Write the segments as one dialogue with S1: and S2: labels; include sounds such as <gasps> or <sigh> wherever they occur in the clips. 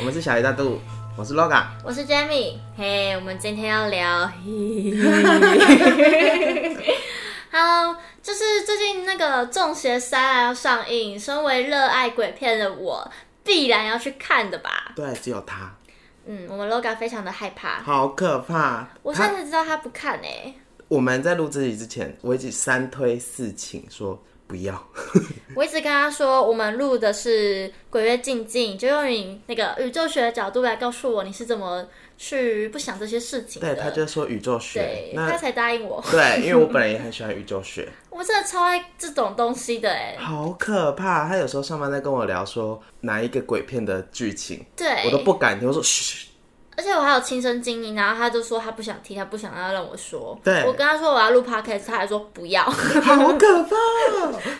S1: 我们是小鱼大肚，我是 LOGA。
S2: 我是 Jamie，嘿我们今天
S1: <laughs>
S2: 要聊，Hello，就是最近那个《中邪三》要上映，身为热爱鬼片的我，必然要去看的吧？
S1: 对，只有他，
S2: 嗯，我们 LOGA 非常的害怕，
S1: 好可怕。
S2: 我
S1: 他
S2: 甚至知道他不看欸诶、
S1: 我们在录这集之前，我一直三推四请说不要。
S2: 我一直跟他说，我们录的是《鬼月静静》，就用你那个宇宙学的角度来告诉我你是怎么去不想这些事情的。
S1: 对，他就说宇宙学
S2: 对，，他
S1: 那
S2: 才答应我。
S1: 对，因为我本来也很喜欢宇宙学，
S2: 我真的超爱这种东西的哎，
S1: 好可怕。他有时候上班在跟我聊说哪一个鬼片的剧情，
S2: 对，
S1: 我都不敢听。我说嘘，
S2: 而且我还有亲身经历，然后他就说他不想听，他不想要让我说。
S1: 对
S2: 我跟他说我要录 podcast，他还说不要。 <laughs>
S1: 好可怕。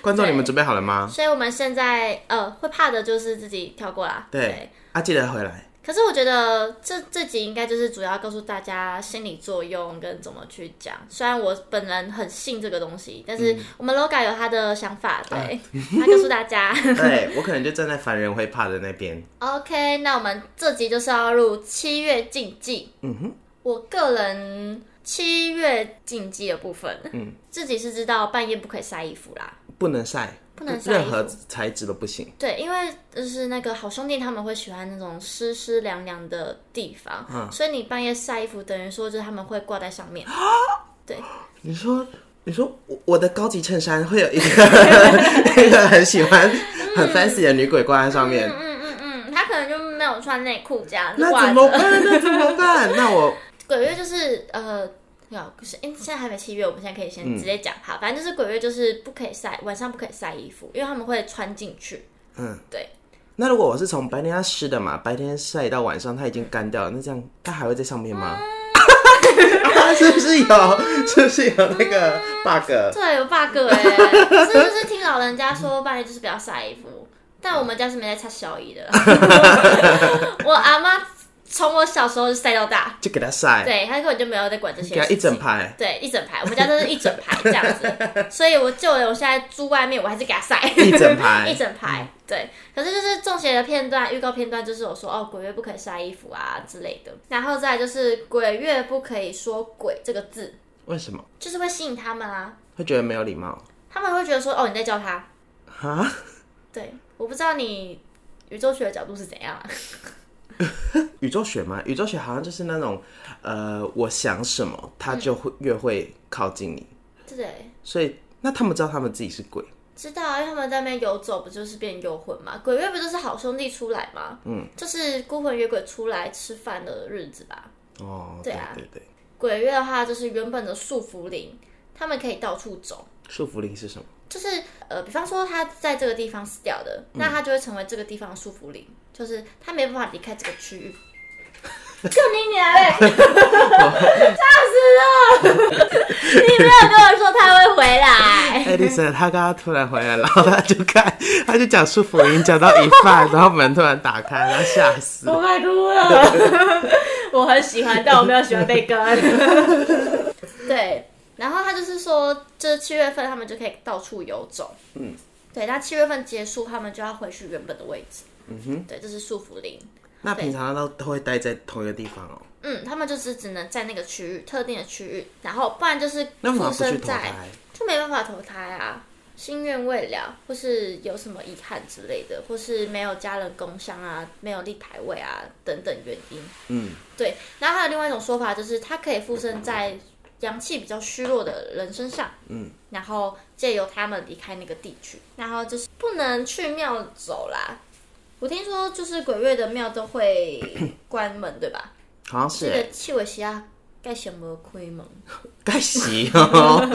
S1: 观众，你们准备好了吗？
S2: 所以我们现在呃会怕的就是自己跳过啦。
S1: 对，啊，记得回来。
S2: 可是我觉得这这集应该就是主要告诉大家心理作用跟怎么去讲。虽然我本人很信这个东西，但
S1: 嗯
S2: 是我们 LOGA 有他的想法，
S1: 啊
S2: 对，他告诉
S1: <laughs>
S2: 大家。
S1: 对我可能就站在凡人会怕的那边。
S2: OK，那我们这集就是要录七月禁忌。
S1: 嗯哼。
S2: 我个人七月禁忌的部分，嗯，自己是知道半夜不可以晒衣服啦。
S1: 不能晒，
S2: 不能晒
S1: 任何
S2: 衣
S1: 材质都不行。
S2: 对，因为就是那个好兄弟他们会喜欢那种湿湿凉凉的地方，
S1: 嗯
S2: 所以你半夜晒衣服，等于说就是他们会挂在上
S1: <gasps>
S2: 面。对，
S1: 你说，你说我我的高级衬衫会有一个 <laughs> 一个很喜欢很 fancy 的女鬼挂在上面，
S2: 嗯嗯嗯，他可能就没有穿内裤这样，就
S1: 那
S2: 挂
S1: 怎么
S2: 着。
S1: 办？那怎么办？
S2: <laughs>
S1: 那我
S2: 鬼月就是呃。有，可是哎、现在还没七月，我们现在可以先
S1: 嗯
S2: 直接讲、好，反正就是鬼月就是不可以晒，晚上不可以晒衣服，因为他们会穿进 <laughs> 去。
S1: 嗯，
S2: 对，
S1: 那如果我是从白天要湿的嘛，白天晒到晚上它已经干掉了，那这样它还会在上面吗？
S2: 嗯
S1: 啊 <laughs> 是不是有？是不是有那个 bug？
S2: 对，有 bug 哎、欸，可是就是听老人家说，半夜就是不要晒衣服。但我们家是没在擦小衣的， <laughs> 我阿妈从我小时候就晒到大，
S1: 就给它晒，
S2: 对她根本就没有在管这些
S1: 给它
S2: 事
S1: 一
S2: 情。
S1: 整排。
S2: 对，一整排，我们家都是一整排这样子，所以我就我现在住外面，我还是给它晒
S1: 一整排
S2: <laughs>
S1: 嗯
S2: 一整排。对，可是就是中邪的片段，预告片段就是有说哦，鬼月不可以晒衣服啊之类的，然后再来就是鬼月不可以说鬼这个字，
S1: 为什么
S2: 就是会吸引他们啊，
S1: 会觉得没有礼貌？
S2: 他们会觉得说哦你在叫他，
S1: 哈，
S2: 对，我不知道你宇宙学的角度是怎样、啊， <laughs>
S1: 宇宙学吗？宇宙学好像就是那种，呃，我想什么，它就会越会靠近你。
S2: 对不对？
S1: 所以，那他们知道他们自己是鬼，
S2: 知道啊，因为他们在那边游走，不就是变幽魂吗？鬼月不就是好兄弟出来吗？嗯，就是孤魂野鬼出来吃饭的日子吧。
S1: 哦，
S2: 对啊
S1: 对对，
S2: 鬼月的话，就是原本的束缚灵，他们可以到处走，
S1: 束缚灵是什么？
S2: 就是呃，比方说他在这个地方死掉的，那他就会成为这个地方的束缚灵，就是他没办法离开这个区域。就你娘 <laughs> 嘞！吓死了！ <laughs> 你没有跟我说他会回来，
S1: 艾丽森她刚刚突然回来，然后她就看，她就讲束缚灵，讲到一半，然后门突然打开，然后吓死了。
S2: 我快哭了。我很喜欢，但我没有喜欢被跟。对，然后他就是说，就是七月份他们就可以到处游走。嗯，对，那七月份结束，他们就要回去原本的位置。嗯哼，对，这是束缚灵。
S1: 那平常都都会待在同一个地方哦，
S2: 嗯，他们就是只能在那个区域特定的区域，然后不然就是
S1: 那为什么
S2: 附
S1: 不去
S2: 身
S1: 投
S2: 在，
S1: 胎？
S2: 就没办法投胎啊。心愿未了，或是有什么遗憾之类的，或是没有家人共襄啊，没有立牌位啊等等原因。
S1: 嗯，
S2: 对。然后还有另外一种说法，就是他可以附身在阳气比较虚弱的人身上，嗯，然后借由他们离开那个地区，然后就是不能去庙走啦。我听说就是鬼月的庙都会 <coughs> 关门，对吧？
S1: 好像是
S2: 这
S1: 欸
S2: 个气味是要盖什么亏吗？
S1: 该洗哦。
S2: <laughs>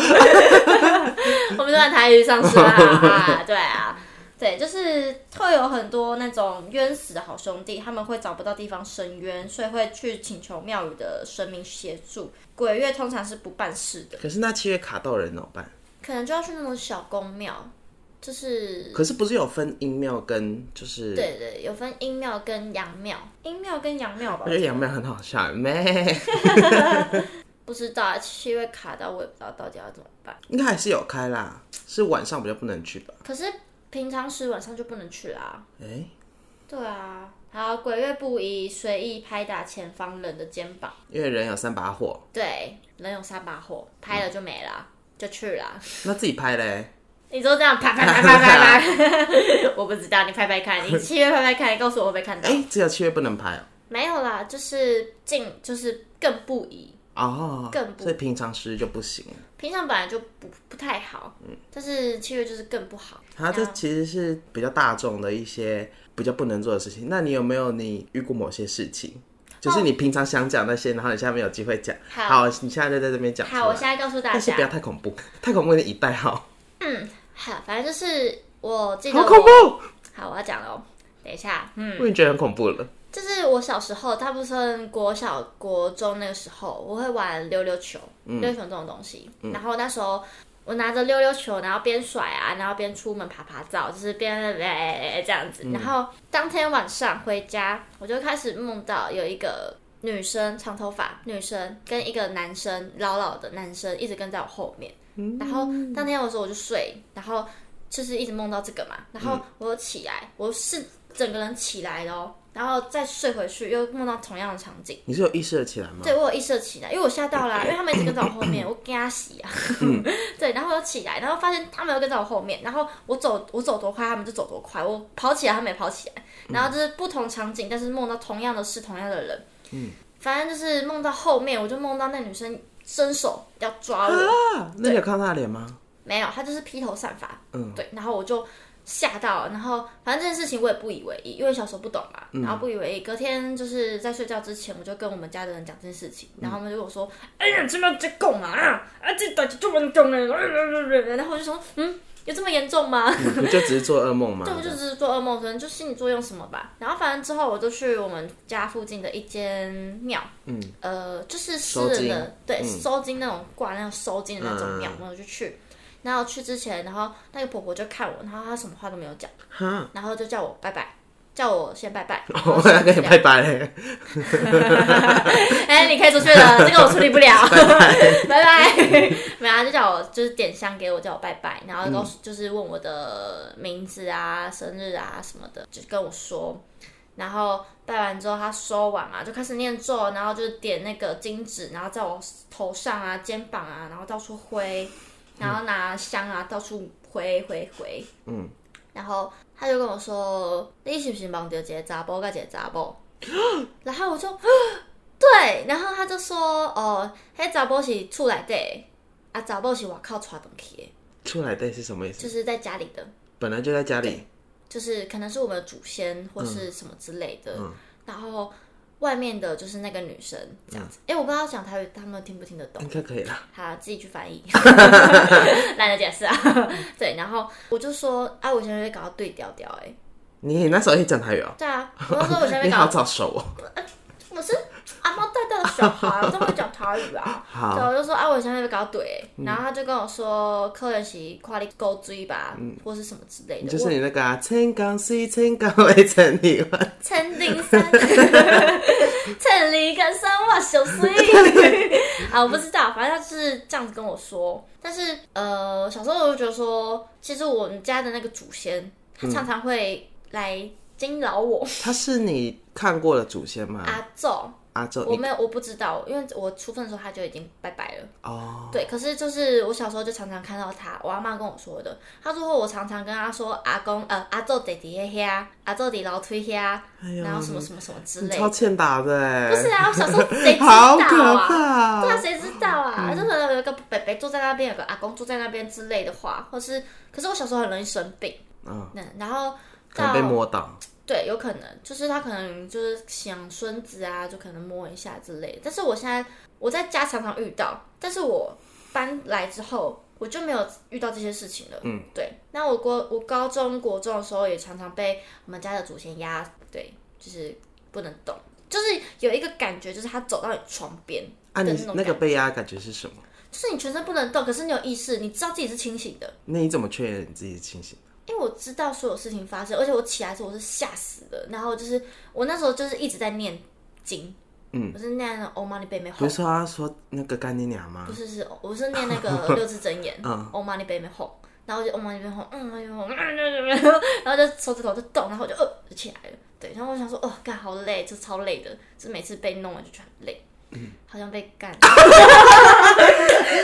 S2: 我们都在台语上市啦、啊，对啊，对，就是会有很多那种冤死的好兄弟，他们会找不到地方伸冤，所以会去请求庙宇的神明协助。鬼月通常是不办事的，
S1: 可是那七月卡到人怎么办？
S2: 可能就要去那种小宫庙，就是
S1: 可是不是有分阴庙跟就是？
S2: 对对，有分阴庙跟阳庙，阴庙跟阳庙吧
S1: 我觉，得哎阳庙很好笑，咩？
S2: 不知道啊七月卡到，我也不知道到底要怎么办。
S1: 应该还是有开啦，是晚上比较不能去吧？
S2: 可是平常时晚上就不能去啦、
S1: 哎、
S2: 对啊，还有鬼月不宜随意拍打前方人的肩膀。
S1: 因为人有三把火，
S2: 对，人有三把火，拍了就没了，就去了。
S1: 那自己拍嘞，
S2: 你就这样拍拍拍拍
S1: <laughs>
S2: 拍拍，我不知道，你拍拍看，你七月拍拍看，你告诉我会不会看到
S1: 哎、？只有七月不能拍哦。
S2: 没有啦，就是进，就是更不宜。
S1: 哦，
S2: 更不
S1: 所以平常时就不行了。
S2: 平常本来就不不太好，但是七月就是更不好。
S1: 它嗯啊这其实是比较大众的一些比较不能做的事情。那你有没有你遇过某些事情，就是你平常想讲那些，然后你现在没有机会讲？
S2: 哦好
S1: 你现在就在这边讲出来。
S2: 好，我现在告诉大
S1: 但是
S2: 家
S1: 不，要太恐怖，太恐怖你一代好，
S2: 嗯，好，反正就是我记得
S1: 好
S2: 我
S1: 恐怖，
S2: 好，我要讲喽。等一下，嗯，
S1: 我已经觉得很恐怖了。
S2: 就是我小时候，大部分国小、国中那个时候，我会玩溜溜球、溜溜球这种东西。然后那时候我拿着溜溜球，然后边甩啊，然后边出门爬爬照，就是边哎这样子。然后当天晚上回家，我就开始梦到有一个女生，长头发女生跟一个男生，老老的男生一直跟在我后面。然后当天我说我就睡，然后就是一直梦到这个嘛，然后我又起来，我是整个人起来的哦，然后再睡回去，又梦到同样的场景。
S1: 你是有意识的起来吗？
S2: 对我有意识地起来，因为我吓到啦、因为他们一直跟在我后面，我跟他洗啊。 <laughs> 对，然后我又起来，然后发现他们又跟在我后面，然后我走我走多快，他们就走多快，我跑起来，他们也跑起来，然后就是不同场景，但是梦到同样的事，同样的人。嗯，反正就是梦到后面，我就梦到那女生伸手要抓我，
S1: 啊，那你有看到他的脸吗？
S2: 没有，她就是披头散发。
S1: 嗯，
S2: 对，然后我就吓到了，然后反正这件事情我也不以为意，因为小时候不懂嘛，然后不以为意。隔天就是在睡觉之前，我就跟我们家的人讲这件事情，然后他们就跟我说：“哎呀， <laughs> 这么这讲啊，啊这到底做文讲了？”然后我就说：“嗯，有这么严重吗？”
S1: 你 <laughs> 就只是做噩梦吗？
S2: 对，我就只是做噩梦，可能就心理作用什么吧。然后反正之后我就去我们家附近的一间庙，嗯，呃，就是私人
S1: 收金嗯
S2: 的，对，收金那种挂那种收金的那种庙，我就去。然后去之前，然后那个婆婆就看我，然后她什么话都没有讲，
S1: 哈，
S2: 然后就叫我拜拜，叫我先拜拜。然后
S1: <laughs> <laughs> 我要跟你
S2: 先
S1: 拜拜嘞，
S2: <laughs> 哎，你可以出去了，这个我处理不了，拜 <laughs> 拜，没有，他啊就叫我就是点香给我，叫我拜拜，然后告诉就是问我的名字啊、生日啊什么的，就跟我说。然后拜完之后，他收完嘛，就开始念咒，然后就是点那个金纸，然后在我头上啊、肩膀啊，然后到处挥，然后拿香啊到处挥挥挥，
S1: 嗯，
S2: 然后他就跟我说：“你是不是梦到一个查甫跟一个查某？” <gasps> 然后我就。对，然后他就说，哦，迄查某是厝内底，啊查某是外口带转去的，
S1: 出来对是什么意思？
S2: 就是在家里的，
S1: 本来就在家里，
S2: 就是可能是我们的祖先或是什么之类的。然后外面的就是那个女生这样子。哎、我不知道讲台语，他们听不听得懂
S1: 应。该可以啦。
S2: 好，自己去翻译，懒得解释啊。对，然后我就说，啊，我现在被搞到对调调，哎，
S1: 你那时候也讲台语哦，
S2: 对啊，我就说我现
S1: <laughs>
S2: 在被
S1: 你
S2: 搞
S1: 好
S2: 到，
S1: 早熟哦。
S2: 我是阿猫带大的小孩，我怎么会讲台语啊？
S1: <laughs>
S2: 对，
S1: 好，嗯
S2: 我就说啊，我现在被搞怼、然后他就跟我说，可能是跨你勾追吧，或是什么之类
S1: 嗯
S2: 的。
S1: 就是
S2: 我
S1: 你那个啊，千港西千港未曾离婚，
S2: <laughs> 千
S1: <laughs>
S2: 零三，千零跟三万小
S1: <laughs>
S2: 水啊，我不知道，反正他就是这样子跟我说。但是呃，小时候我就觉得说，其实我们家的那个祖先，他常常会来惊扰我、
S1: 他是你看过的祖先吗？
S2: 阿昼，
S1: 阿宙，
S2: 啊我
S1: 你
S2: 没有，我不知道，因为我出生的时候他就已经拜拜了。
S1: 哦，
S2: 对，可是就是我小时候就常常看到他，我阿妈跟我说的。她说我常常跟她说阿公呃阿祖弟弟遐遐，阿祖弟老推遐，
S1: 哎呦
S2: 然后什么什么什么之
S1: 你
S2: 类
S1: 超
S2: 的。
S1: 欠打的哎，
S2: 不是啊，我小时候谁知道
S1: 好可
S2: 啊？
S1: 怕
S2: 对啊，
S1: 哦。
S2: 谁知道啊？就可能有一个伯伯坐在那边，有个阿公坐在那边之类的话，或是可是我小时候很容易生病，
S1: 嗯，
S2: 嗯，然后
S1: 可能
S2: 到
S1: 被摸到，
S2: 对，有可能就是他可能就是想孙子啊，就可能摸一下之类的。但是我现在我在家常常遇到，但是我搬来之后我就没有遇到这些事情了。嗯，对。那我国我高中国中的时候也常常被我们家的祖先压，对，就是不能动，就是有一个感觉，就是他走到你床边
S1: 啊，
S2: 的
S1: 你
S2: 那种
S1: 那
S2: 感觉，
S1: 个被压感觉是什么？
S2: 就是你全身不能动，可是你有意识，你知道自己是清醒的。
S1: 那你怎么确认你自己清醒？
S2: 因为我知道所有事情发生，而且我起来的时候我是吓死的，然后就是我那时候就是一直在念经，嗯，我是念那个 Om Mani p a m e
S1: 不
S2: Hum，
S1: 是说他说那个干爹娘吗
S2: 不？是是，我是念那个六字真言，Om Mani p a m e Hum，然后我就嗯往那边吼，嗯往那边吼，嗯嗯嗯嗯 <laughs> 然后就手指头就动，然后我就呃就起来了。对，然后我想说，哦，干好累，这超累的，这每次被弄完就觉得很累，好像被干，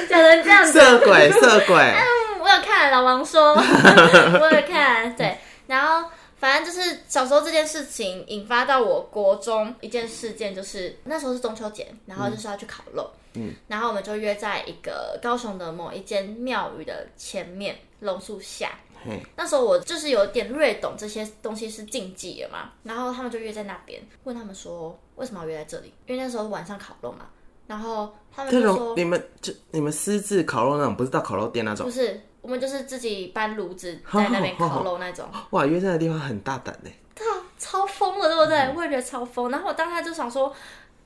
S2: 讲成这样子。
S1: 色鬼，色鬼，
S2: 嗯我有看老
S1: <laughs>
S2: 王说，我有看，对，然后反正就是小时候这件事情引发到我国中一件事件，就是那时候是中秋节，然后就是要去烤肉，嗯，然后我们就约在一个高雄的某一间庙宇的前面榕树下，
S1: 嘿，
S2: 那时候我就是有点略懂这些东西是禁忌的嘛，然后他们就约在那边，问他们说为什么要约在这里，因为那时候晚上烤肉嘛，然后他们
S1: 这
S2: 就
S1: 种
S2: 说
S1: 你们就你们私自烤肉那种，不是到烤肉店那种，
S2: 不是，我们就是自己搬炉子在那边烤肉那种，
S1: 哇，约在的地方很大胆呢。
S2: 对啊， <laughs> 超疯的，对不对？我也觉得超疯。然后我当下就想说，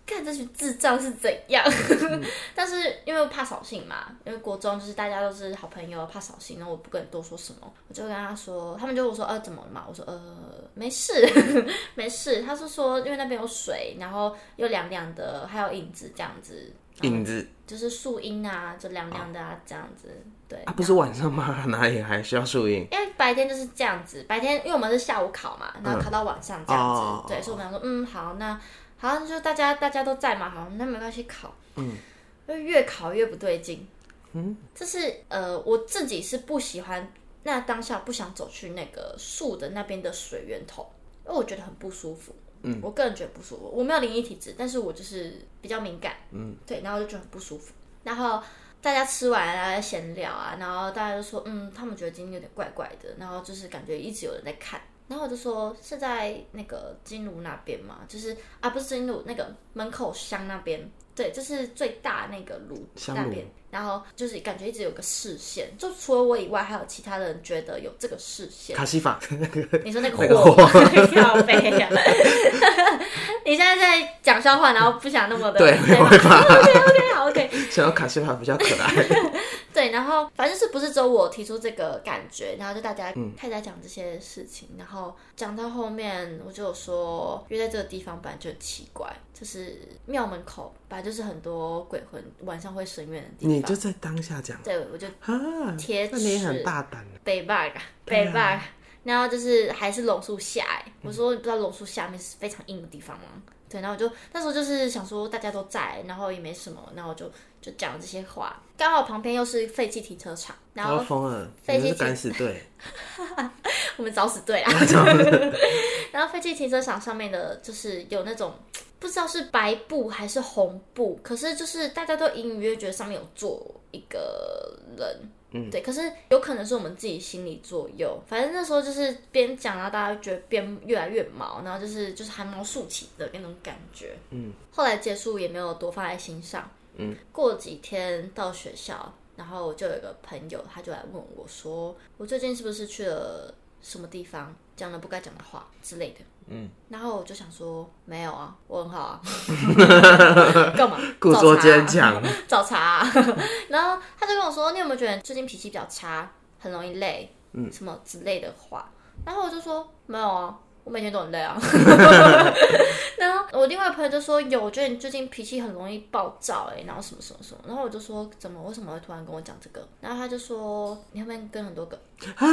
S2: 看这群智障是怎样。 <laughs> 但是因为怕扫兴嘛，因为国中就是大家都是好朋友，怕扫兴，然后我不跟你多说什么，我就跟他说，他们就问我说，呃，怎么了嘛？我说，呃，没事， <laughs> 没事。他是说，因为那边有水，然后又凉凉的，还有影子这样子，
S1: 影子
S2: 就是树荫啊，就凉凉的啊，这样子，对。
S1: 啊，不是晚上吗？哪里还需要树荫？
S2: 因为白天就是这样子，白天因为我们是下午考嘛，然后考到晚上这样子，
S1: 嗯哦
S2: 对，所以我们想说，嗯，好，那好，那就大家大家都在嘛，好，那没关系，考，嗯，就越考越不对劲，嗯，就是呃，我自己是不喜欢那当下不想走去那个树的那边的水源头，因为我觉得很不舒服。嗯，我个人觉得不舒服，我没有灵异体质，但是我就是比较敏感，嗯，对，然后我就觉得很不舒服，然后大家吃完啊，在闲聊啊，然后大家就说，嗯，他们觉得今天有点怪怪的，然后就是感觉一直有人在看，然后我就说是在那个金炉那边嘛，就是啊，不是金炉那个门口乡那边，对，就是最大那个炉
S1: 香炉
S2: 那边，然后就是感觉一直有个视线，就除了我以外，还有其他人觉得有这个视线。
S1: <laughs> 卡西
S2: <laughs>
S1: 法，
S2: 你说那个
S1: 那个
S2: 货吗，靠背呀！你现在在讲笑话，然后不想那么的
S1: 对，没有
S2: 吗
S1: 办法，
S2: OK OK 好 OK，
S1: 想要卡西法比较可
S2: <laughs>
S1: 爱。
S2: 对，然后反正是不是只有我提出这个感觉，然后就大家
S1: 嗯
S2: 开始在讲这些事情，然后讲到后面我就有说约在这个地方本来就很奇怪，就是庙门口本来就是很多鬼魂晚上会伸冤的地方，
S1: 你就在当下讲
S2: 对我就
S1: 啊，
S2: 贴纸
S1: 那你也很大胆呢。
S2: 北 bug 啊北 bug，、然后就是还是榕树下、欸，
S1: 嗯
S2: 我说你不知道榕树下面是非常硬的地方吗？对，然后我就那时候就是想说大家都在，然后也没什么，然后我就就讲了这些话，刚好旁边又是废弃停车场，然后
S1: 然后疯了，你
S2: 飞
S1: 们
S2: 机
S1: 是敢死队，
S2: <laughs> 我们找死队啦。 <laughs> 然后废弃停车场上面的，就是有那种不知道是白布还是红布，可是就是大家都隐隐约约觉得上面有坐一个人。嗯，对，可是有可能是我们自己心理作用，反正那时候就是边讲，然后大家就觉得边越来越毛，然后就是就是汗毛竖起的那种感觉。嗯，后来结束也没有多放在心上。嗯，过几天到学校，然后我就有一个朋友，他就来问我说，我最近是不是去了什么地方，讲了不该讲的话之类的。嗯，然后我就想说，没有啊，我很好 <laughs> 啊，干嘛？ <laughs>
S1: 故
S2: 找
S1: 作
S2: 茬啊
S1: 坚强。
S2: <laughs> 找茬啊、然后他就跟我说：“你有没有觉得最近脾气比较差，很容易累，嗯，什么之类的话？”然后我就说：“没有啊，我每天都很累啊。” <laughs> 然后我另外一个朋友就说：“有，我觉得你最近脾气很容易暴躁、欸，哎，然后什么什么什么。”然后我就说：“怎么？为什么会突然跟我讲这个？”然后他就说：“你后面跟很多个啊？”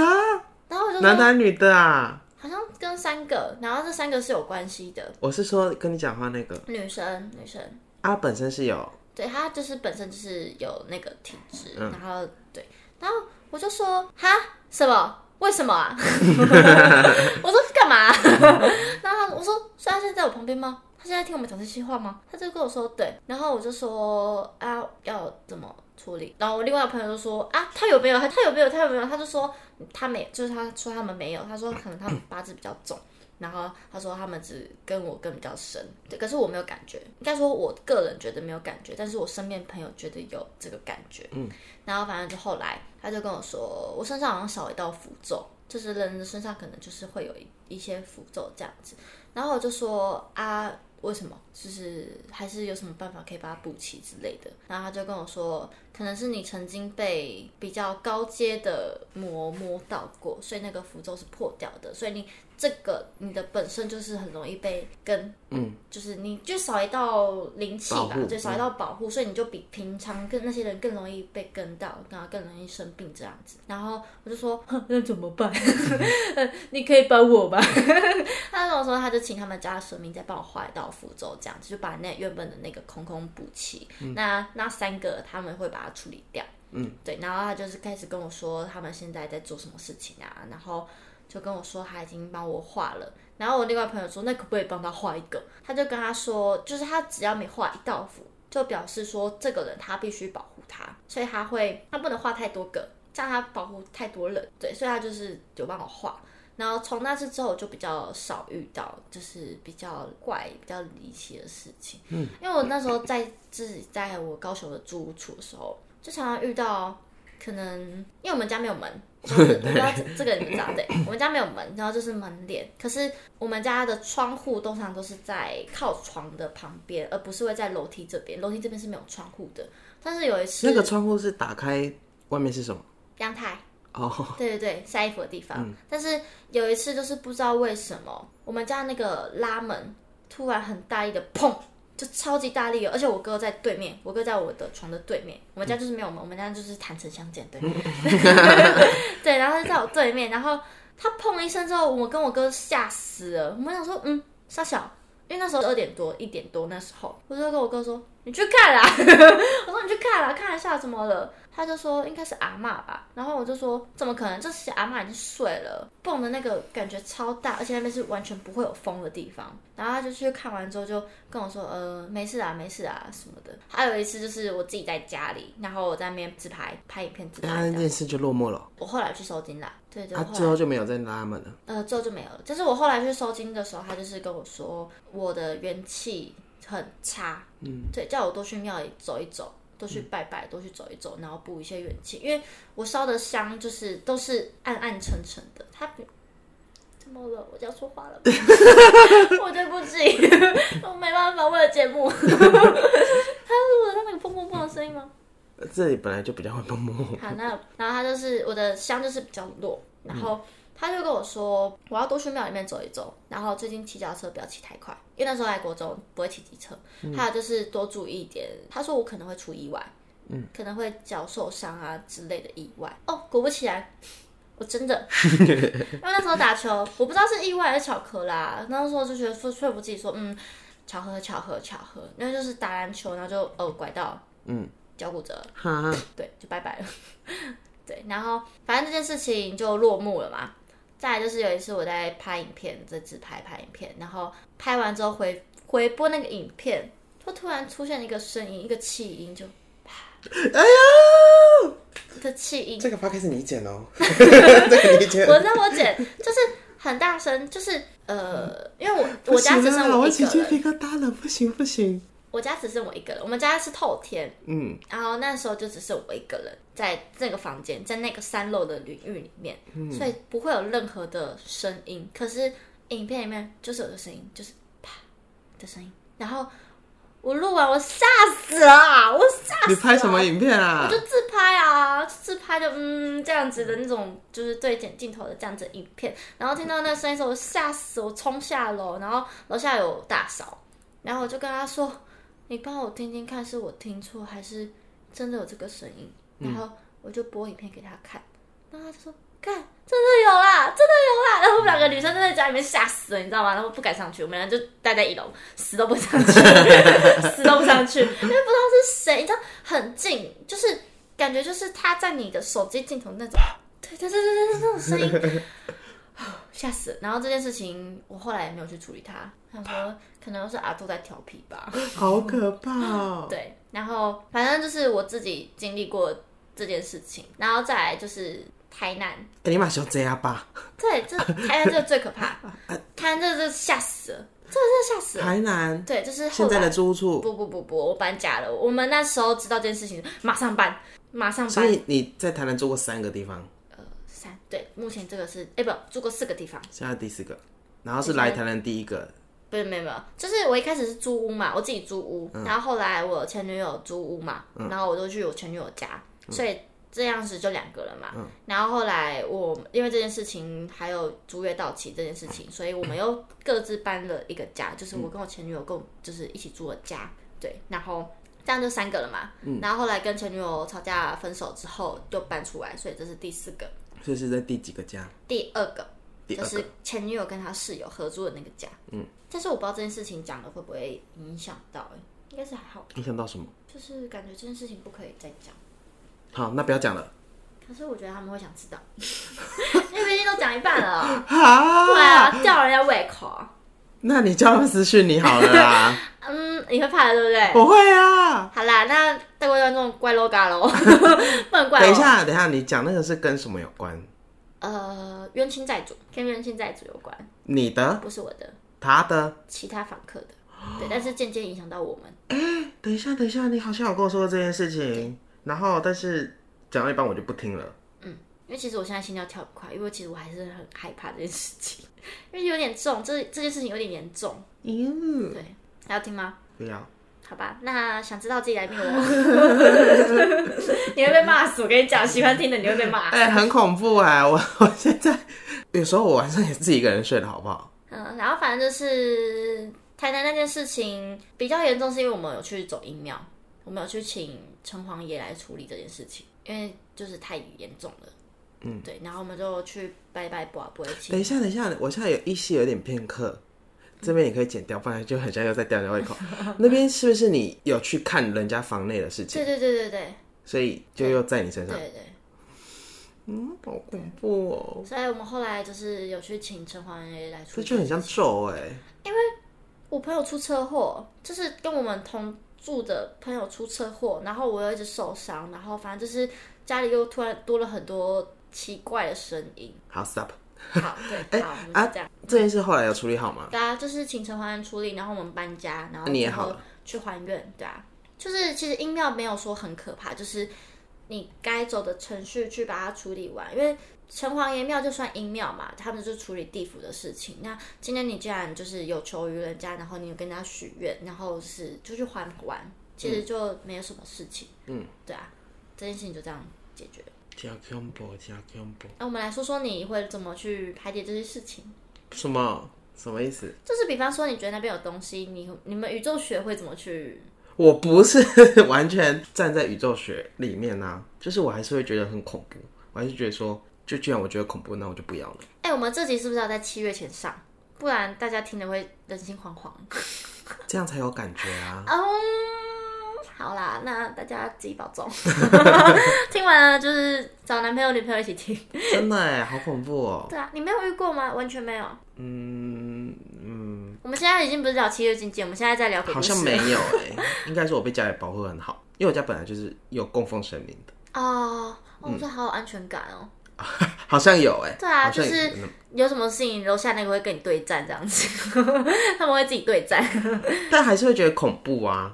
S2: 然后我就
S1: 男
S2: 说
S1: 男女的啊，：“
S2: 好像跟三个，然后这三个是有关系的，
S1: 我是说跟你讲话那个，
S2: 女生，女生。”
S1: 啊，本身是有
S2: 对他就是本身就是有那个体质，然后对，然后我就说哈什么？为什么啊？我说干嘛、 <laughs> 然后他我说，所以他现在在我旁边吗？他现在听我们讲这些话吗？他就跟我说对，然后我就说啊要怎么处理？然后我另外的朋友就说啊他有没有他他有没有他有没有？他就说他没，就是他说他们没有，他说可能他们八字比较重。然后他说他们只跟我跟比较深，对，可是我没有感觉，应该说我个人觉得没有感觉，但是我身边朋友觉得有这个感觉，嗯，然后反正就后来他就跟我说，我身上好像少一道符咒，就是人的身上可能就是会有一一些符咒这样子，然后我就说啊。为什么？就是还是有什么办法可以把它补齐之类的。然后他就跟我说，可能是你曾经被比较高阶的魔摸到过，所以那个符咒是破掉的，所以你这个你的本身就是很容易被跟，
S1: 嗯，
S2: 就是你就少一道灵气吧
S1: 保护，嗯
S2: 就少一道保护，所以你就比平常跟那些人更容易被跟到，然后更容易生病这样子。然后我就说，哼那怎么办？ <laughs> 你可以帮我吧。 <laughs> 他那种时候，他就请他们家的神明再帮我画一道符咒，这样子就把那原本的那个空空补齐。那那三个他们会把它处理掉。
S1: 嗯，
S2: 对。然后他就是开始跟我说他们现在在做什么事情啊，然后就跟我说他已经帮我画了。然后我另外朋友说，那可不可以帮他画一个？他就跟他说，就是他只要每画一道符，就表示说这个人他必须保护他，所以他会他不能画太多个，这样他保护太多人。对，所以他就是有帮我画。然后从那次之后，我就比较少遇到就是比较怪、比较离奇的事情。嗯，因为我那时候在自己在我高雄的租屋处的时候，就常常遇到可能因为我们家没有门，
S1: <laughs>
S2: 就是我不知道这个你们知道对，我们家没有门，然后就是门帘，可是我们家的窗户通常都是在靠床的旁边，而不是会在楼梯这边，楼梯这边是没有窗户的。但是有一次
S1: 那个窗户是打开，外面是什么？
S2: 阳台。
S1: 哦，
S2: 对对对，晒衣服的地方。但是有一次就是不知道为什么，我们家那个拉门突然很大力的砰，就超级大力哦，而且我哥在对面，我哥在我的床的对面。我们家就是没有门，我们家就是坦诚相见，对。 <laughs> 对，然后他就在我对面，然后他砰一声之后，我跟我哥吓死了。我们想说，嗯，傻小。因为那时候二点多一点多那时候，我就跟我哥说：“你去看啦！” <laughs> 我说：“你去看啦，看一下怎么了。”他就说：“应该是阿嬷吧。”然后我就说：“怎么可能？这是阿嬷已经睡了，蹦的那个感觉超大，而且那边是完全不会有风的地方。”然后他就去看完之后就跟我说：“呃，没事啊，没事啊什么的。”还有一次就是我自己在家里，然后我在那边自拍拍影片自拍
S1: 那
S2: 这
S1: 那
S2: 样。
S1: 件事就落幕了。
S2: 我后来去收金啦，对对，
S1: 他
S2: 啊后来
S1: 最后就没有再拉门了。
S2: 呃，之后就没有了。就是我后来去收金的时候，他就是跟我说我的元气很差，嗯，对，叫我多去庙里走一走，多去拜拜，多去走一走，然后补一些元气。因为我烧的香就是都是暗暗沉沉的，它比怎么了？我这样说话了吗， <laughs> 我对不起， <laughs> 我没办法，为了节目，他 <laughs> 是我的那个砰砰砰的声音吗？
S1: 这里本来就比较会落幕。
S2: 好，那然后他就是我的香就是比较弱，然后他就跟我说我要多去庙里面走一走，然后最近骑脚踏车不要骑太快，因为那时候来国中不会骑机车，还有就是多注意一点。他说我可能会出意外，嗯，可能会脚受伤啊之类的意外。哦，果不其然，我真 <laughs> 的，因为那时候打球，我不知道是意外还是巧合啦。那时候就觉得说说服自己说，嗯，巧合，巧合，巧合。因为就是打篮球，然后就哦拐到，嗯，脚骨折，
S1: 哈，
S2: 对，就拜拜了。 <laughs> 对，然后反正这件事情就落幕了嘛。再来就是有一次我在拍影片，在自拍拍影片，然后拍完之后回回播那个影片，就突然出现一个声音，一个气音，就
S1: 哎呀，
S2: 的气音，
S1: 这个 p o d 你剪
S2: <laughs>
S1: 哦，这个你剪。
S2: 我让我剪，就是很大声，就是呃，因为我我家只剩
S1: 啊我
S2: 我一
S1: 起鸡
S2: 个人，
S1: 皮疙瘩了，不行不行。
S2: 我家只剩我一个人，我们家是透天，
S1: 嗯，
S2: 然后那时候就只是我一个人在那个房间，在那个三楼的领域里面，
S1: 嗯
S2: 所以不会有任何的声音。可是影片里面就是有个声音，就是啪的声音。然后我录完，我吓死了，我吓死了。
S1: 你拍什么影片
S2: 我
S1: 啊
S2: 就？自拍啊，就自拍的嗯这样子的那种，就是对剪镜头的这样子的影片。然后听到那个声音的时候，我吓死，我冲下楼，然后楼下有大嫂，然后我就跟她说：“你帮我听听看，是我听错还是真的有这个声音？”然后我就播影片给她看，然后她就说：“看，真的有啦，真的有啦！” <laughs> 然后我们两个女生就在家里面吓死了，你知道吗？然后不敢上去，我们俩就待在一楼，死都不上去，死都不上去，因为不知道是谁，你知道很近，就是感觉就是他在你的手机镜头那种，对对对对对，那种声音。吓死了！然后这件事情，我后来也没有去处理它。他说，可能是阿杜在调皮吧。
S1: 好可怕哦！
S2: 对，然后反正就是我自己经历过这件事情，然后再来就是台南，
S1: 哎你马上这样吧。
S2: 对，这台南这个最可
S1: <laughs>
S2: 怕，台南这个真的吓死了，这个真的吓死了。
S1: 台南
S2: 对，就是后
S1: 现在
S2: 来
S1: 的住处，
S2: 不不不不，我搬家了。我们那时候知道这件事情，马上搬，马上
S1: 所
S2: 搬。
S1: 以你在台南住过三个地方，
S2: 三对，目前这个是哎、不，住过四个地方，
S1: 现在第四个，然后是来台南第一个，
S2: 不是没有没有，就是我一开始是租屋嘛，我自己租屋，然后后来我前女友租屋嘛，然后我就去我前女友家，所以这样子就两个人嘛。然后后来我因为这件事情还有租约到期这件事情，所以我们又各自搬了一个家，就是我跟我前女友共就是一起住的家，对，然后。这样就三个了嘛，然后后来跟前女友吵架分手之后就搬出来，所以这是第四个，
S1: 所以是在第几个家？
S2: 第二个
S1: 第
S2: 就
S1: 二
S2: 是
S1: 个。
S2: 前女友跟她室友合租的那个家。嗯，但是我不知道这件事情讲了会不会影响到、欸，应该是还好，
S1: 你想到什么？
S2: 就是感觉这件事情不可以再讲。
S1: 好，那不要讲了。
S2: 可是我觉得他们会想知道， <laughs> 因为毕竟都讲一半了，哦
S1: 好，
S2: 对啊，吊人家胃口。啊
S1: 那你叫他们私讯你好了啦。
S2: 嗯，你会怕的，对不对？
S1: <laughs> 我会啊。
S2: 好啦，那各位观众怪
S1: <laughs>
S2: LOGA 喽，不能怪
S1: 等一
S2: 我。
S1: 下，等一下，你讲那个是跟什么有关？
S2: 呃，冤亲债主跟冤亲债主有关，
S1: 你的、
S2: 不是我的，
S1: 他的。
S2: 其他访客的，对，但是渐渐影响到我们。
S1: 等一下，等一下，你好像有跟我说过这件事情，然后但是讲到一半我就不听了。
S2: 因为其实我现在心跳跳不快，因为其实我还是很害怕这件事情， <laughs> 因为有点重，这这件事情有点严重。
S1: 嗯，
S2: 对，还要听吗？
S1: 不要。
S2: 好吧，那想知道自己来密我，你会被骂死。我跟你讲，喜欢听的你会被骂。 <laughs>
S1: 哎、很恐怖哎、我 <laughs> 我现在有时候我晚上也自己一个人睡的好不好？
S2: 嗯，然后反正就是台南那件事情比较严重，是因为我们有去走阴庙，我们有去请城隍爷来处理这件事情，因为就是太严重了。嗯，对，然后我们就去拜拜啊卜卜
S1: 等一下，等一下，我现在有一些有点片刻，这边也可以剪掉，不然就很像又在吊人家胃口。
S2: <laughs>
S1: 那边是不是你有去看人家房内的事情，
S2: 对对对对对
S1: 所以就又在你身
S2: 对
S1: 上？
S2: 对。
S1: 嗯，好恐怖哦，
S2: 所以我们后来就是有去请城隍爷来处
S1: 这
S2: 理。
S1: 就很像咒哎、
S2: 我朋友出车祸，就是跟我们同住的朋友出车祸，然后我又一直受伤，然后反正就是家里又突然多了很多奇怪的声音。
S1: 好，stop。
S2: 好，
S1: <laughs> 哎
S2: 对，好，我们就这样。
S1: 这件事后来有处理好吗？
S2: 对啊，就是请城隍爷处理，然后我们搬家，然后
S1: 那你也
S2: 之后
S1: 好
S2: 去还愿，对啊，就是其实音庙没有说很可怕，就是你该走的程序去把它处理完，因为城隍爷庙就算阴庙嘛，他们就处理地府的事情。那今天你既然就是有求于人家，然后你有跟人家许愿，然后是就去还完，其实就没有什么事情。嗯，对啊，这件事情就这样解决。
S1: 加 combo 加 combo，
S2: 那我们来说说你会怎么去排解这些事情。
S1: 什么什么意思？
S2: 就是比方说，你觉得那边有东西，你你们宇宙学会怎么去？
S1: 我不是 <laughs> 完全站在宇宙学里面呐、就是我还是会觉得很恐怖，我还是觉得说，就既然我觉得恐怖，那我就不要了。
S2: 哎、我们这集是不是要在七月前上？不然大家听了会人心惶惶。
S1: 这样才有感觉啊！
S2: 嗯，好啦，那大家自己保
S1: <laughs>
S2: 重。听完了就是找男朋友、女朋友一起听。
S1: 真的哎，好恐怖哦！
S2: 对啊，你没有遇过吗？完全没有。
S1: 嗯嗯，
S2: 我们现在已经不是聊七月境界，我们现在在聊鬼故
S1: 好
S2: 事
S1: 像没有哎，应该说我被家里保护得很好，因为我家本来就是有供奉神明的，
S2: 哦，哦，
S1: 嗯
S2: 这好有安全感哦。
S1: 好像有哎。
S2: 对啊，
S1: 好
S2: 就
S1: 像有
S2: 是有什么事情，楼下那个会跟你对战这样子， <laughs> 他们会自己对战。
S1: 但还是会觉得恐怖啊。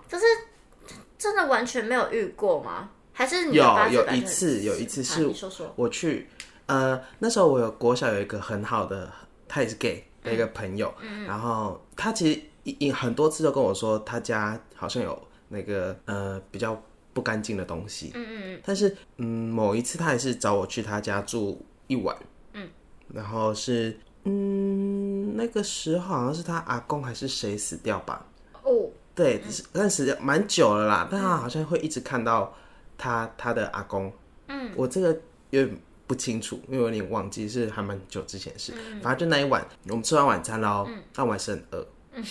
S2: 真的完全没有遇过吗？还是你
S1: 有
S2: 爸是
S1: 有
S2: 百分
S1: 一
S2: 之
S1: 次，
S2: 十
S1: 有一次
S2: 啊
S1: 是
S2: 你说说，
S1: 我去，呃，那时候我有国小有一个很好的，他也是 gay
S2: 嗯
S1: 的一个朋友，然后他其实一一很多次都跟我说，他家好像有那个呃比较不干净的东西，
S2: 嗯嗯，
S1: 但是嗯某一次他也是找我去他家住一晚，嗯，然后是嗯那个时候好像是他阿公还是谁死掉吧，
S2: 哦，嗯
S1: 对，只是但时间蛮久了啦，但他好像会一直看到他他的阿公。嗯，我这个有点不清楚，因为我有点忘记，是还蛮久之前的事。
S2: 嗯
S1: 反正就那一晚，我们吃完晚餐喽，那、我还是很饿， <laughs>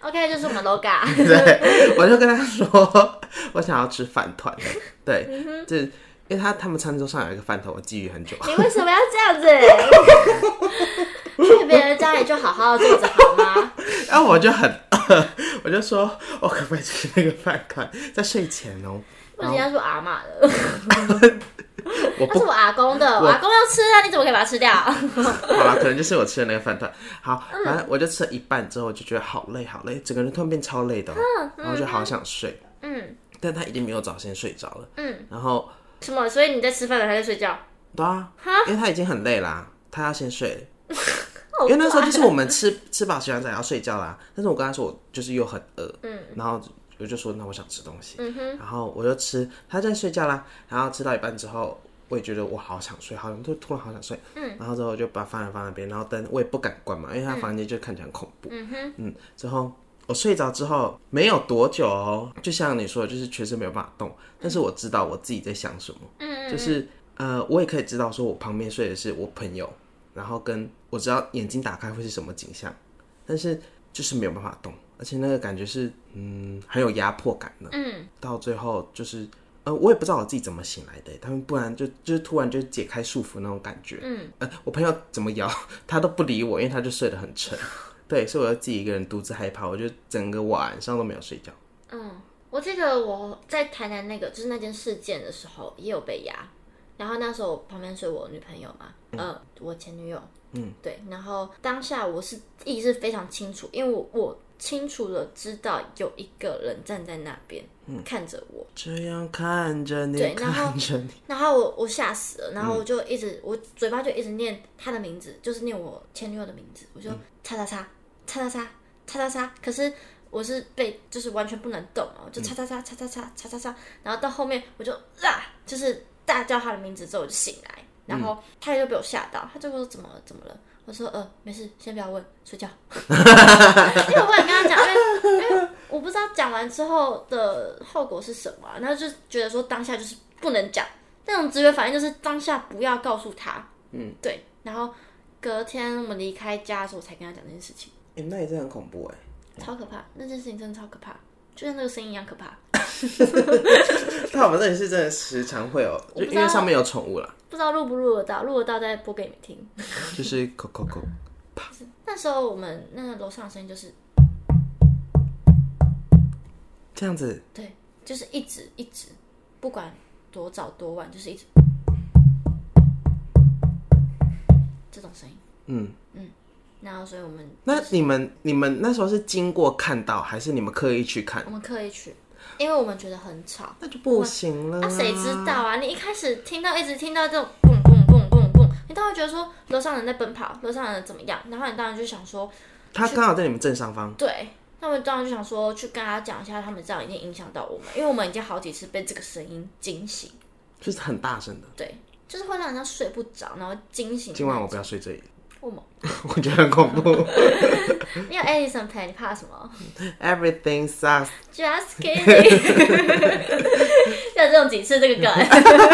S2: OK，就是我们 LOGA，
S1: 对，我就跟他说 <laughs> 我想要吃饭团，对，
S2: 嗯
S1: 就是因为他他们餐桌上有一个饭团，我觊觎很久。
S2: 你为什么要这样子？去别人家里就好好坐着好吗？
S1: 然后我就很饿， <laughs> 我就说我可不可以吃那个饭团，在睡前哦，
S2: 不行，他是我阿妈的，
S1: 我
S2: 他是 <laughs> 我阿公的，我阿公要吃啊，你怎么可以把它吃掉？
S1: 好啦，可能就是我吃的那个饭团。好，
S2: 嗯
S1: 反正我就吃了一半之后，我就觉得好累好累，整个人突然变超累的哦、然后就好想睡。
S2: 嗯
S1: 但他一定没有早先睡着了。
S2: 嗯，
S1: 然后
S2: 什么？所以你在吃饭的时候还在睡觉？
S1: <laughs> 对啊，因为他已经很累啦，他要先睡了。因为那时候就是我们吃 <laughs> 吃饱洗完澡要睡觉啦，但是我跟他说我就是又很饿，嗯，然后我就说那我想吃东西，嗯哼，然后我就吃，他在睡觉啦，然后吃到一半之后，我也觉得我好想睡，好像就突然好想睡，嗯，然后之后我就把饭放那边，然后灯我也不敢关嘛，因为他房间就看起来很恐怖，嗯哼，嗯，之后。我睡着之后没有多久哦，就像你说的，就是全身没有办法动，但是我知道我自己在想什么，嗯，就是呃，我也可以知道说我旁边睡的是我朋友，然后跟我知道眼睛打开会是什么景象，但是就是没有办法动，而且那个感觉是嗯很有压迫感的，嗯，到最后就是呃我也不知道我自己怎么醒来的，欸他们不然就就是突然就解开束缚那种感觉，嗯，呃我朋友怎么摇 <laughs> 他都不理我，因为他就睡得很
S2: <laughs>
S1: 沉。对，所以我要自己一个人独自害怕，我就整个晚上都没有睡觉。
S2: 嗯，我记得我在台南那个就是那件事件的时候也有被压，然后那时候我旁边睡我女朋友嘛，呃，我前女友，嗯，对，然后当下我是意识非常清楚，因为我我清楚的知道有一个人站在那边、看着我，
S1: 这样看着你
S2: 对，然后
S1: 看着你，
S2: 然后我我吓死了，然后我就一直、我嘴巴就一直念他的名字，就是念我前女友的名字，我就叉叉叉叉叉叉叉叉叉，可是我是被就是完全不能动哦，我就叉叉叉叉叉叉叉叉叉，然后到后面我就啊，就是大叫他的名字之后我就醒来，然后他也就被我吓到，他就说怎么了怎么了。我说呃没事，先不要问，睡觉。因为我不敢跟他讲，因为因为我不知道讲完之后的后果是什么啊、然后就觉得说当下就是不能讲，那种直觉反应就是当下不要告诉他，嗯，对。然后隔天我们离开家的时候，我才跟他讲这件事情，
S1: 哎、那也是很恐怖哎、
S2: 超可怕，那件事情真的超可怕，就像那个声音一样可怕。
S1: <laughs> 但我们这里是真的时常会有，就
S2: 不知道
S1: 因为上面有宠物啦，
S2: 不知道录不录得到，录得到再播给你们听。
S1: 就是扣扣扣。
S2: 那时候我们那个楼上的声音就是
S1: 这样子，
S2: 对，就是一直一直，不管多早多晚，就是一直这种声音。
S1: 嗯，
S2: 然后，所以我们
S1: 那你们你们那时候是经过看到，还是你们刻意去看？
S2: 我们刻意去，因为我们觉得很吵。
S1: 那就不行了
S2: 啊，谁知道啊？你一开始听到一直听到这种嘣嘣嘣嘣嘣，你当然觉得说楼上人在奔跑，楼上人怎么样？然后你当然就想说，
S1: 他刚好在你们正上方，
S2: 对，那我当然就想说去跟他讲一下，他们这样已经影响到我们，因为我们已经好几次被这个声音惊醒，
S1: 就是很大声的。
S2: 对，就是会让人家睡不着，然后惊醒。
S1: 今晚我不要睡这里，
S2: 我们，
S1: <laughs> 我觉得很恐怖。
S2: 你有 Edison 陪你怕什么
S1: <laughs> Everything sucks。
S2: ？Just kidding，像这种几次这个梗。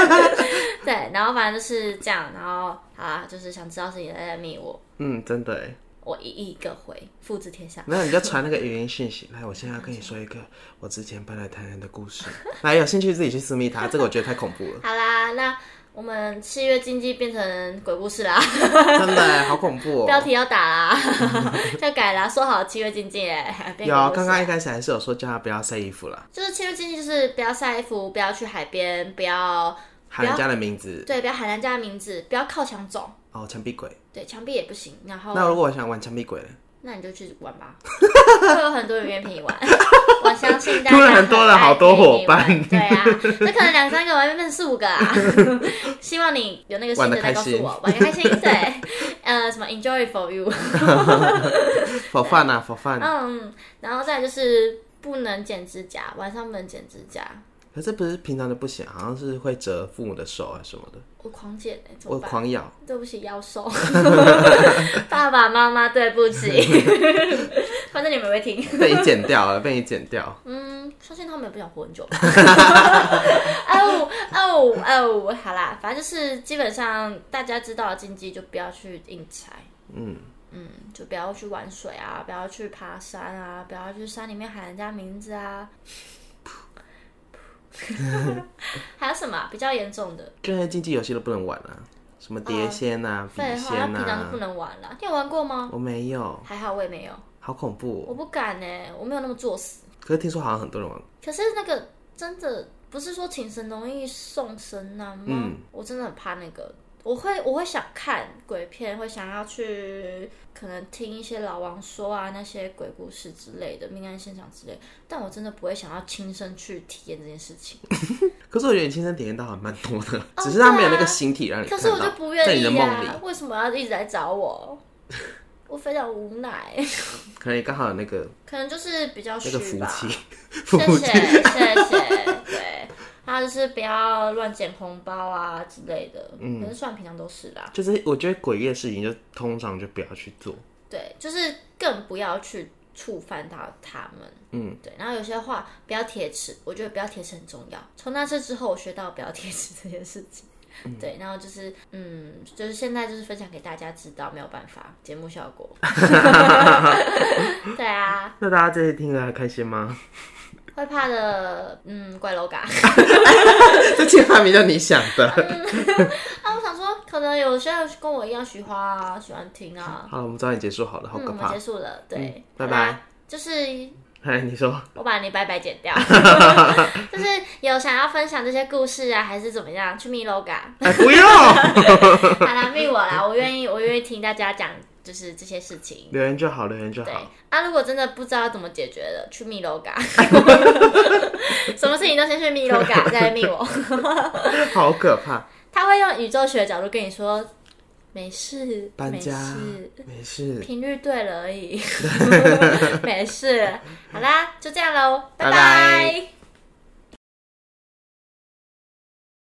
S2: <laughs> 对，然后反正就是这样，然后好啊，就是想知道是你在密我，
S1: 嗯，真的哎。
S2: 我一一个回，复制贴上。
S1: 没有，你就传那个语音讯息。来，我现在要跟你说一个我之前搬来台南的故事。 <laughs> 来，有兴趣自己去私密他，这个我觉得太恐 <laughs> 怖了，
S2: 好啦，那我们七月禁忌变成鬼故事啦，
S1: 真的好恐怖
S2: 标
S1: 哦。
S2: 题要打啦， <laughs> 要改啦，说好七月禁忌哎， <laughs> 变
S1: 有，
S2: 鬼故
S1: 刚
S2: 事
S1: 刚一开始还是有说叫他不要晒衣服啦，
S2: 就是七月禁忌，就是不要晒衣服，不要去海边，不要
S1: 喊人家的名字
S2: 对，不要喊人家的名字，不要靠墙走，
S1: 哦，墙壁鬼。
S2: 对，墙壁也不行。然后
S1: 那如果我想玩墙壁鬼呢？
S2: 那你就去玩吧，会有很多人愿意陪你玩。我相信大家
S1: 突然多了好多伙伴
S2: 很爱陪你
S1: <laughs>
S2: 玩对啊，那可能两三个玩，变成四五个啊。 <laughs> 希望你有那个心得再告诉我，玩得开心。对，呃，什么 enjoy
S1: <laughs>
S2: for you，
S1: for fun 啊，for fun。
S2: 嗯，然后再来就是不能剪指甲，晚上不能剪指甲，
S1: 可是不是平常就不行，好像是会折父母的手啊什么的，
S2: 我狂剪哎、怎
S1: 我
S2: 么办？
S1: 狂咬。
S2: 对不起，妖兽， <laughs> 爸爸妈妈对
S1: <laughs>
S2: 不起， <laughs> 反正你们会听。
S1: 被你剪掉了，被你剪掉。
S2: 嗯，相信他们也不想活很久吧。 <laughs> 哦哦哦，好啦，反正就是基本上大家知道的禁忌就不要去硬拆，
S1: 嗯，
S2: 嗯，就不要去玩水啊，不要去爬山啊，不要去山里面喊人家名
S1: <laughs>
S2: 字啊。还有什么啊、比较严重的？
S1: 这些竞技游戏都不能玩啊，什么碟仙啊、笔
S2: 哦废话，那
S1: 仙
S2: 平常就不
S1: 啊，
S2: 能玩了。你有玩过吗？
S1: 我没有，
S2: 还好我也没有，
S1: 好恐怖、哦。
S2: 我不敢呢、我没有那么作死。
S1: 可是听说好像很多人玩，
S2: 可是那个真的不是说请神容易送神难吗？
S1: 嗯
S2: 我真的很怕那个，我会我会想看鬼片，会想要去可能听一些老王说啊那些鬼故事之类的命案现场之类，但我真的不会想要亲身去体验这件事
S1: <laughs>
S2: 情。
S1: 可是我觉得你亲身体验到还蛮多的，
S2: 哦
S1: 只是他没有那
S2: 对
S1: 个
S2: 啊
S1: 形体让你
S2: 可
S1: 看到，
S2: 是我就不
S1: 在
S2: 愿
S1: 你的
S2: 意
S1: 梦里。
S2: 啊，为什么要一直来找我？我非常无奈， <laughs>
S1: 可能也刚好有那个
S2: 可能就是比较
S1: 那个
S2: 虚
S1: 福
S2: 吧。
S1: 气， <laughs> 福
S2: 谢谢
S1: 气，
S2: 谢谢，对，还有就是不要乱捡红包啊之类的，可是算平常都是啦。
S1: 就是我觉得诡异的事情就通常就不要去做，
S2: 对，就是更不要去触犯到他们。嗯，对。然后有些话不要铁齿，我觉得不要铁齿很重要。从那次之后，我学到不要铁齿这件事情。对，然后就是，嗯，就是现在就是分享给大家知道，没有办法，节目效果。对啊，
S1: 那大家这次听了还开心吗？
S2: 会怕的，嗯，怪楼嘎。
S1: <laughs> 这计划名叫你想的。
S2: 啊，我想说，可能有些人跟我一样喜欢啊，喜欢听啊。
S1: <laughs> 好了，我们早点结束好了，好
S2: 嗯，
S1: 可
S2: 我们
S1: 怕嗯
S2: 结。束了，对，
S1: 拜拜
S2: 好啦。就是
S1: 哎，你说，
S2: 我把你拜拜剪
S1: <laughs>
S2: 掉，就是有想要分享这些故事啊，还是怎么样，去密 loga，
S1: <laughs> 哎，不用，
S2: 好啦，密我啦，我愿意，我愿意听大家讲，就是这些事情。
S1: 留言就好，留言就
S2: 对
S1: 好。
S2: 啊，如果真的不知道怎么解决的，去密
S1: <laughs>
S2: loga，什么事情都先去密 loga，再来密我。
S1: 好可怕，
S2: 他会用宇宙学的角度跟你说，没事，
S1: 搬家
S2: 没事
S1: 没事，
S2: 频率 <laughs> 对了而已，没事。好啦，就这样喽，拜
S1: 拜拜
S2: 拜